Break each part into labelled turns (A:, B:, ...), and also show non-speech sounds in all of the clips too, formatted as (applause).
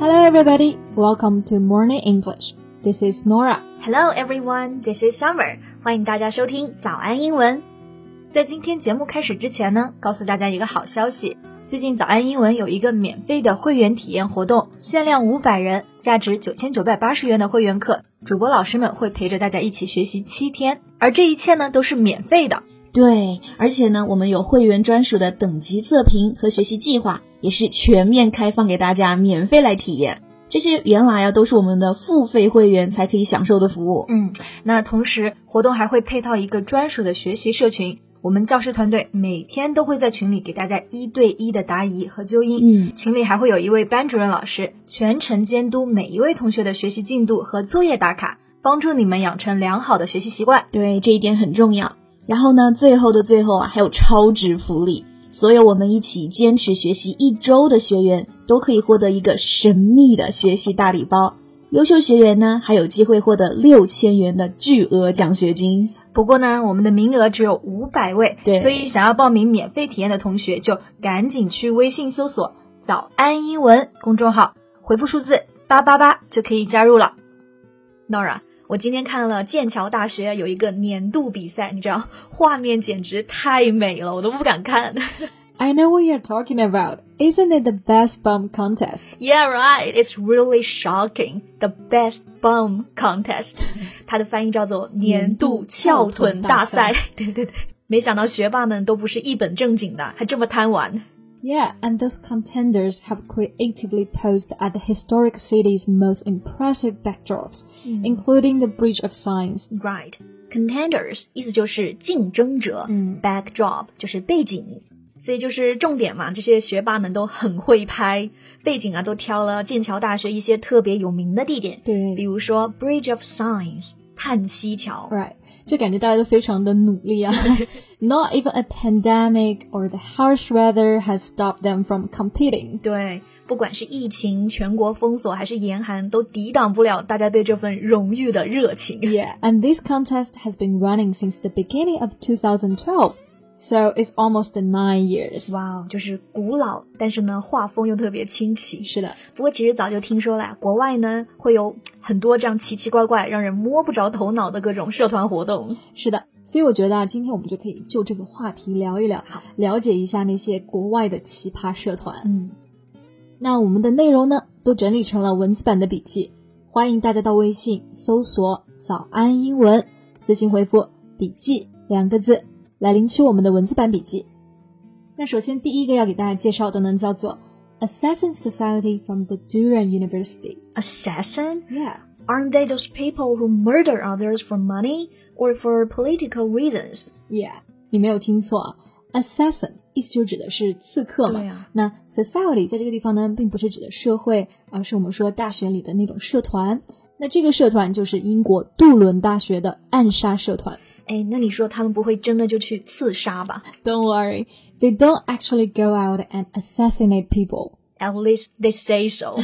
A: Hello, everybody. Welcome to Morning English. This is Nora.
B: Hello everyone, this is Summer. 欢迎大家收听早安英文。在今天节目开始之前呢，告诉大家一个好消息。最近早安英文有一个免费的会员体验活动，限量五百人，价值九千九百八十元的会员课，主播老师们会陪着大家一起学习七天，而这一切呢都是免费的。
C: 对，而且呢，我们有会员专属的等级测评和学习计划，也是全面开放给大家免费来体验。这些原来呀都是我们的付费会员才可以享受的服务。
B: 嗯，那同时活动还会配套一个专属的学习社群，我们教师团队每天都会在群里给大家一对一的答疑和纠音。
C: 嗯，
B: 群里还会有一位班主任老师全程监督每一位同学的学习进度和作业打卡，帮助你们养成良好的学习习惯。
C: 对，这一点很重要。然后呢，最后的最后啊，还有超值福利，所有我们一起坚持学习一周的学员都可以获得一个神秘的学习大礼包。优秀学员呢，还有机会获得六千元的巨额奖学金。
B: 不过呢，我们的名额只有五百位，
C: 对
B: 所以想要报名免费体验的同学就赶紧去微信搜索“早安英文”公众号，回复数字八八八就可以加入了。Nora，我今天看了剑桥大学有一个年度比赛，你知道，画面简直太美了，我都不敢看。
A: I know what you're talking about. Isn't it the best bum contest?
B: Yeah, right. It's really shocking. The best bum (laughs) contest. 它的翻译叫做年度翘臀大赛。 (laughs) 对对对，没想到学霸们都不是一本正经的，还这么贪玩。
A: Yeah, and those contenders have creatively posed at the historic city's most impressive backdrops, including the Bridge of Science.
B: Right. Contenders 意思就是竞争者，
A: 嗯
B: ，backdrop 就是背景，所以就是重点嘛。这些学霸们都很会拍背景啊，都挑了剑桥大学一些特别有名的地点，
A: 对
B: 比如说 Bridge of Science 叹息桥，
A: Right. 这感觉大家都非常的努力啊。Not even a pandemic or the harsh weather has stopped them from competing.
B: 对，不管是疫情、全国封锁还是严寒，都抵挡不了大家对这份荣誉的热情。
A: Yeah, and this contest has been running since the beginning of 2012, so it's almost nine years.
B: 哇哦，就是古老，但是呢，画风又特别清奇。
A: 是的，
B: 不过其实早就听说了，国外呢会有很多这样奇奇怪怪、让人摸不着头脑的各种社团活动。
A: 是的，所以我觉得啊，今天我们就可以就这个话题聊一聊
B: 好，
A: 了解一下那些国外的奇葩社团。
B: 嗯，
A: 那我们的内容呢，都整理成了文字版的笔记，欢迎大家到微信搜索“早安英文”，私信回复“笔记”两个字来领取我们的文字版笔记。那首先第一个要给大家介绍的呢，叫做 Assassin Society from the Duran University。
B: assassin
A: Yeah.
B: aren't they those people who murder others for money or for political reasons？
A: Yeah，你没有听错啊，assassin 意思就指的是刺客嘛。
B: 对啊
A: 那 society 在这个地方呢，并不是指的社会，而是我们说大学里的那种社团。那这个社团就是英国杜伦大学的暗杀社团。
B: 哎，那你说他们不会真的就去刺杀吧
A: Don't worry, they don't actually go out and assassinate people.
B: At least they say
A: (laughs)
B: so.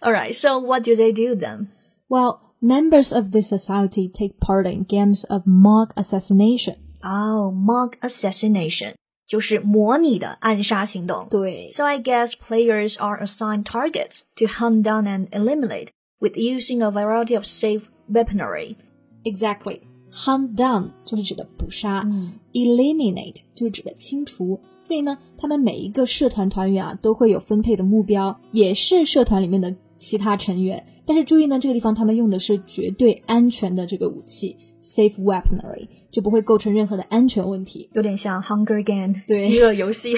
B: All right, so what do they do then?
A: Well, members of this society take part in games of mock assassination.
B: 哦、m o c k Oh, assassination 就是模拟的暗杀行动。
A: 对
B: So I guess players are assigned targets to hunt down and eliminate with using a variety of safe weaponry.
A: Exactly. Hunt down 就是指的捕杀、e l i m i n a t e 就是指的清除。所以呢，他们每一个社团团员啊，都会有分配的目标，也是社团里面的其他成员。但是注意呢，这个地方他们用的是绝对安全的这个武器 （safe weaponry），就不会构成任何的安全问题。
B: 有点像 Hunger Game，
A: 对
B: (laughs) 饥饿游戏。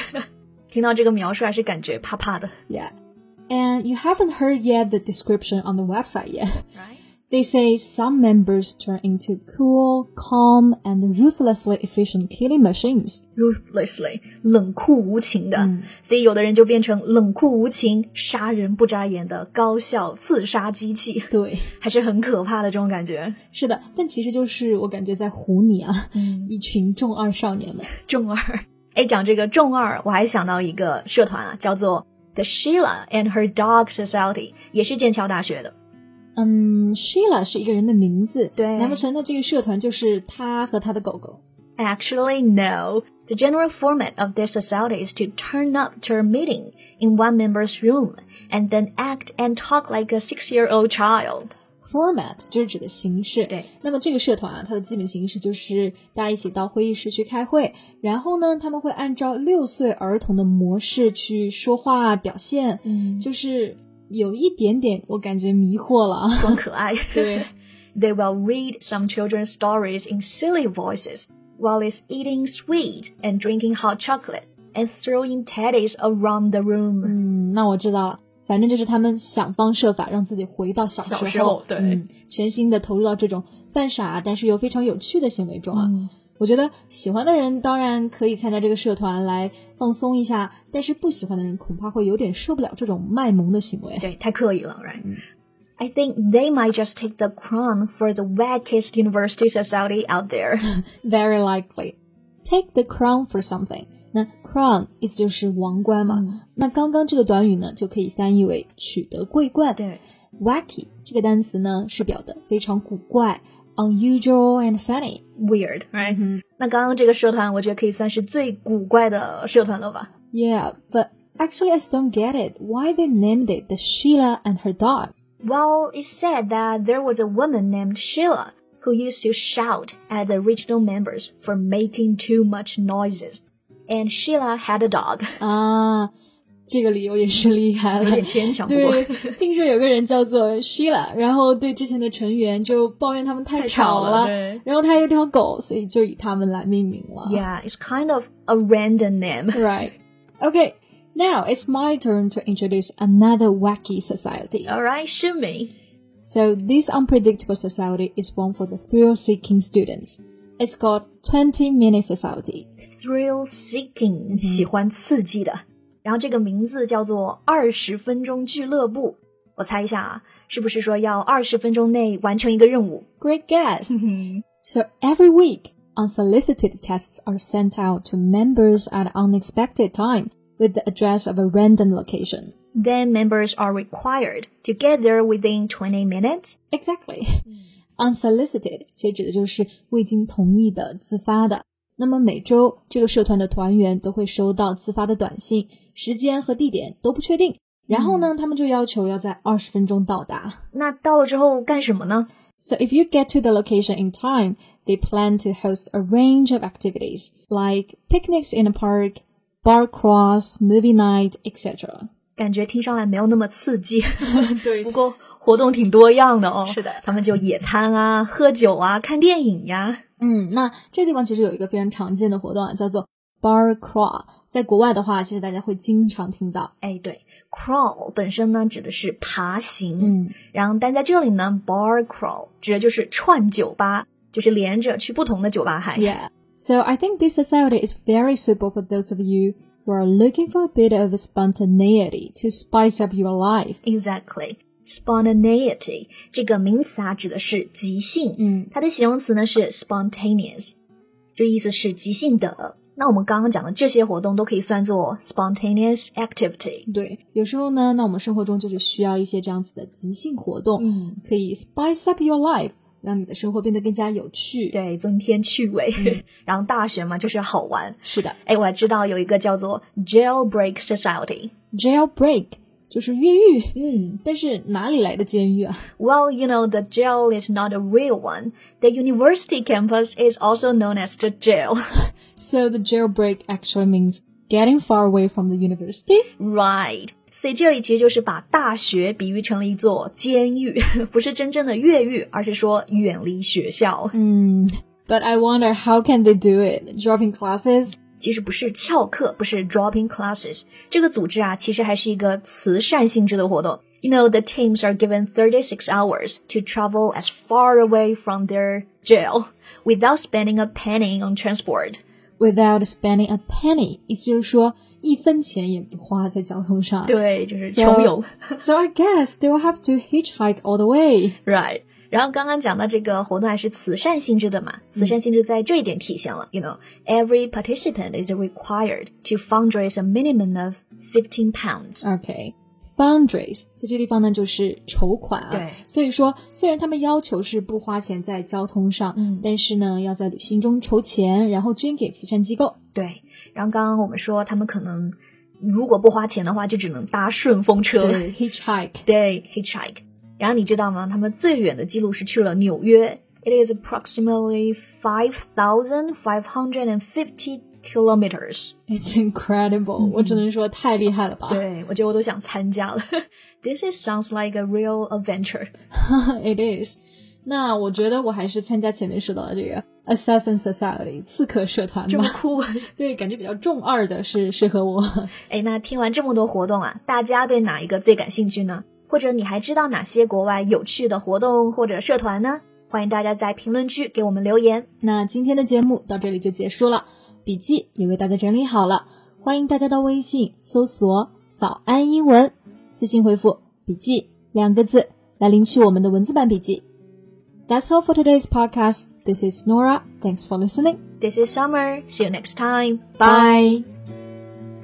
B: 听到这个描述还是感觉怕怕的。
A: Yeah. And you haven't heard yet the description on the website yet.
B: Right.
A: They say some members turn into cool, calm, and ruthlessly efficient killing machines. Mm.
B: Ruthlessly，冷酷无情的，
A: 嗯
B: 所以有的人就变成冷酷无情、杀人不眨眼的高效刺杀机器，
A: 对。
B: 还是很可怕的这种感觉。
A: 是的，但其实就是我感觉在唬你啊，一群中二少年们。
B: 中二。 (laughs) 哎，讲这个中二，我还想到一个社团啊，叫做 The Sheila and Her Dog Society，也是剑桥大学的。
A: 嗯，Sheila 是一个人的名字，
B: 对
A: 难不成那这个社团就是他和他的狗狗
B: Actually, no. The general format of this society is to turn up to a meeting in one member's room and then act and talk like a six year old child.
A: Format 就是指的形式。
B: 对，
A: 那么这个社团啊，它的基本形式就是大家一起到会议室去开会，然后呢，他们会按照六岁儿童的模式去说话表现，
B: 嗯
A: 就是有一点点我感觉迷惑了 (laughs) 啊。
B: 装可爱。
A: 对。
B: (laughs) They will read some children's stories in silly voices while it's eating sweets and drinking hot chocolate and throwing teddies around the room.
A: 嗯，那我知道了。反正就是他们想方设法让自己回到小时候，
B: 小时候对
A: 嗯，全心的投入到这种犯傻但是又非常有趣的行为中啊。
B: 嗯
A: 我觉得喜欢的人当然可以参加这个社团来放松一下，但是不喜欢的人恐怕会有点受不了这种卖萌的行为。
B: 对，太刻意了，right? I think they might just take the crown for the wackest university society out there.
A: Very likely, take the crown for something. 那 crown 意思就是王冠嘛。
B: 嗯
A: 那刚刚这个短语呢，就可以翻译为取得桂冠。
B: 对
A: wacky 这个单词呢是表的非常古怪，unusual and funny。
B: (laughs) ，weird, right?
A: Mm-hmm.
B: 那刚刚这个社团，我觉得可以算是最古怪的社团了吧？
A: Yeah, but actually I still don't get it why they named it the Sheila and her dog.
B: Well, it's said that there was a woman named Sheila who used to shout at the original members for making too much noises. And Sheila had a dog.
A: 啊，这个理由也是厉害了，对，听说有个人叫做 Sheila，然后对之前的成员就抱怨他们太
B: 太吵
A: 吵了，
B: 了对
A: 然后他有条狗，所以就以他们来命名了。
B: Yeah, it's kind of a random name.
A: Right. Okay. Now it's my turn to introduce another wacky society.
B: Alright, shoot me.
A: So this unpredictable society is one for the thrill-seeking students. It's called 20 Minute Society.
B: Thrill seeking, 喜欢刺激的。然后这个名字叫做二十分钟俱乐部。我猜一下啊，是不是说要二十分钟内完成一个任务？
A: Great guess. So every week, unsolicited tests are sent out to members at an unexpected time with the address of a random location.
B: Then members are required to get there within 20 minutes.
A: Exactly. Unsolicited 其实指的就是未经同意的、自发的。那么每周这个社团的团员都会收到自发的短信，时间和地点都不确定。然后呢，他们就要求要在二十分钟到达。
B: 那到了之后干什么呢？
A: So if you get to the location in time, they plan to host a range of activities like picnics in a park, bar crawls, movie night, etc.
B: 感觉听上来没有那么刺激，
A: (laughs)
B: (laughs)
A: 对
B: 不过活动挺多样的哦。
C: 是的
B: 他们就野餐啊、喝酒啊、看电影呀。
A: 嗯，那这个地方其实有一个非常常见的活动啊，叫做 bar crawl。在国外的话，其实大家会经常听到。
B: 哎，对，crawl 本身呢指的是爬行，
A: 嗯，
B: 然后但在这里呢，bar crawl 指的就是串酒吧，就是连着去不同的酒吧嗨。
A: Yeah. So I think this society is very suitable for those of you who are looking for a bit of spontaneity to spice up your life.
B: Exactly. Spontaneity 这个名词啊，指的是即兴。
A: 嗯，
B: 它的形容词呢是 spontaneous，就意思是即兴的。那我们刚刚讲的这些活动都可以算作 spontaneous activity。
A: 对，有时候呢，那我们生活中就是需要一些这样子的即兴活动，
B: 嗯，
A: 可以 spice up your life，让你的生活变得更加有趣。，
B: 对，增添趣味。 (laughs) 然后大学嘛，就是好玩。
A: 是的
B: 哎，我还知道有一个叫做 jailbreak society。
A: ，jailbreak 就是越狱，
B: 嗯
A: 但是哪里来的监狱啊？
B: ，Well, you know, the jail is not a real one. The university campus is also known as the jail.
A: So the jailbreak actually means getting far away from the university.
B: Right. 所以这里其实就是把大学比喻成了一座监狱， (laughs) 不是真正的越狱，而是说远离学校。
A: Hmm. But I wonder how can they do it? Dropping classes?
B: 其实不是翘课，不是 dropping classes。这个组织啊，其实还是一个慈善性质的活动。You know, the teams are given 36 hours to travel as far away from their jail without spending a penny on transport.
A: Without spending a penny，意思就是说一分钱也不花在交通上。
B: 对，就是
A: So-
B: 穷游。
A: So I guess they will have to hitchhike all the way.
B: Right. 然后刚刚讲到这个活动还是慈善性质的嘛，慈善性质在这一点体现了。You know, every participant is required to fundraise a minimum of fifteen
A: Uh.
B: pounds.
A: OK。Fundraise 在这地方呢，就是筹款啊。
B: 对
A: 所以说虽然他们要求是不花钱在交通上，
B: 嗯
A: 但是呢，要在旅行中筹钱，然后捐给慈善机构。
B: 对。然后刚刚我们说他们可能如果不花钱的话，就只能搭顺风车。
A: 对，hitchhike。 (laughs)
B: 对，hitchhike。然后你知道吗？他们最远的记录是去了纽约。It is approximately five thousand five hundred and fifty kilometers。
A: It's incredible！、我只能说太厉害了吧。
B: 对，我觉得我都想参加了。This is sounds like a real adventure。
A: (laughs) It is。那我觉得我还是参加前面说到的这个 Assassin Society 刺客社团
B: 这么
A: 吧。
B: 酷！
A: (laughs) 对，感觉比较重二的是适合我。 (laughs)
B: 哎，那听完这么多活动啊，大家对哪一个最感兴趣呢？或者你还知道哪些国外有趣的活动或者社团呢？欢迎大家在评论区给我们留言。
A: 那今天的节目到这里就结束了，笔记也为大家整理好了，欢迎大家到微信搜索“早安英文”，私信回复“笔记”两个字来领取我们的文字版笔记。That's all for today's podcast. This is Nora. Thanks for listening.
B: This is Summer. See you next time. Bye.
A: Bye.